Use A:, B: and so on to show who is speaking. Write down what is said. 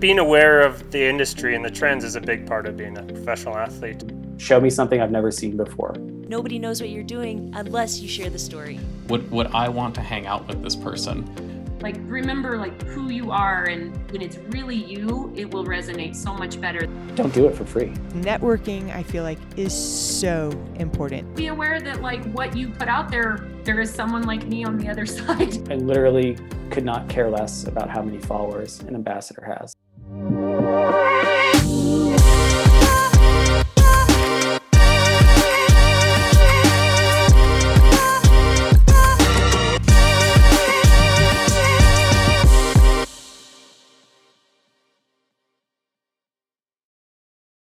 A: being aware of the industry and the trends is a big part of being a professional athlete.
B: Show me something I've never seen before.
C: Nobody knows what you're doing unless you share the story.
D: Would would I want to hang out with this person?
E: Like remember like who you are and when it's really you, it will resonate so much better.
B: Don't do it for free.
F: Networking, I feel like, is so important.
E: Be aware that like what you put out there, there is someone like me on the other side.
B: I literally could not care less about how many followers an ambassador has.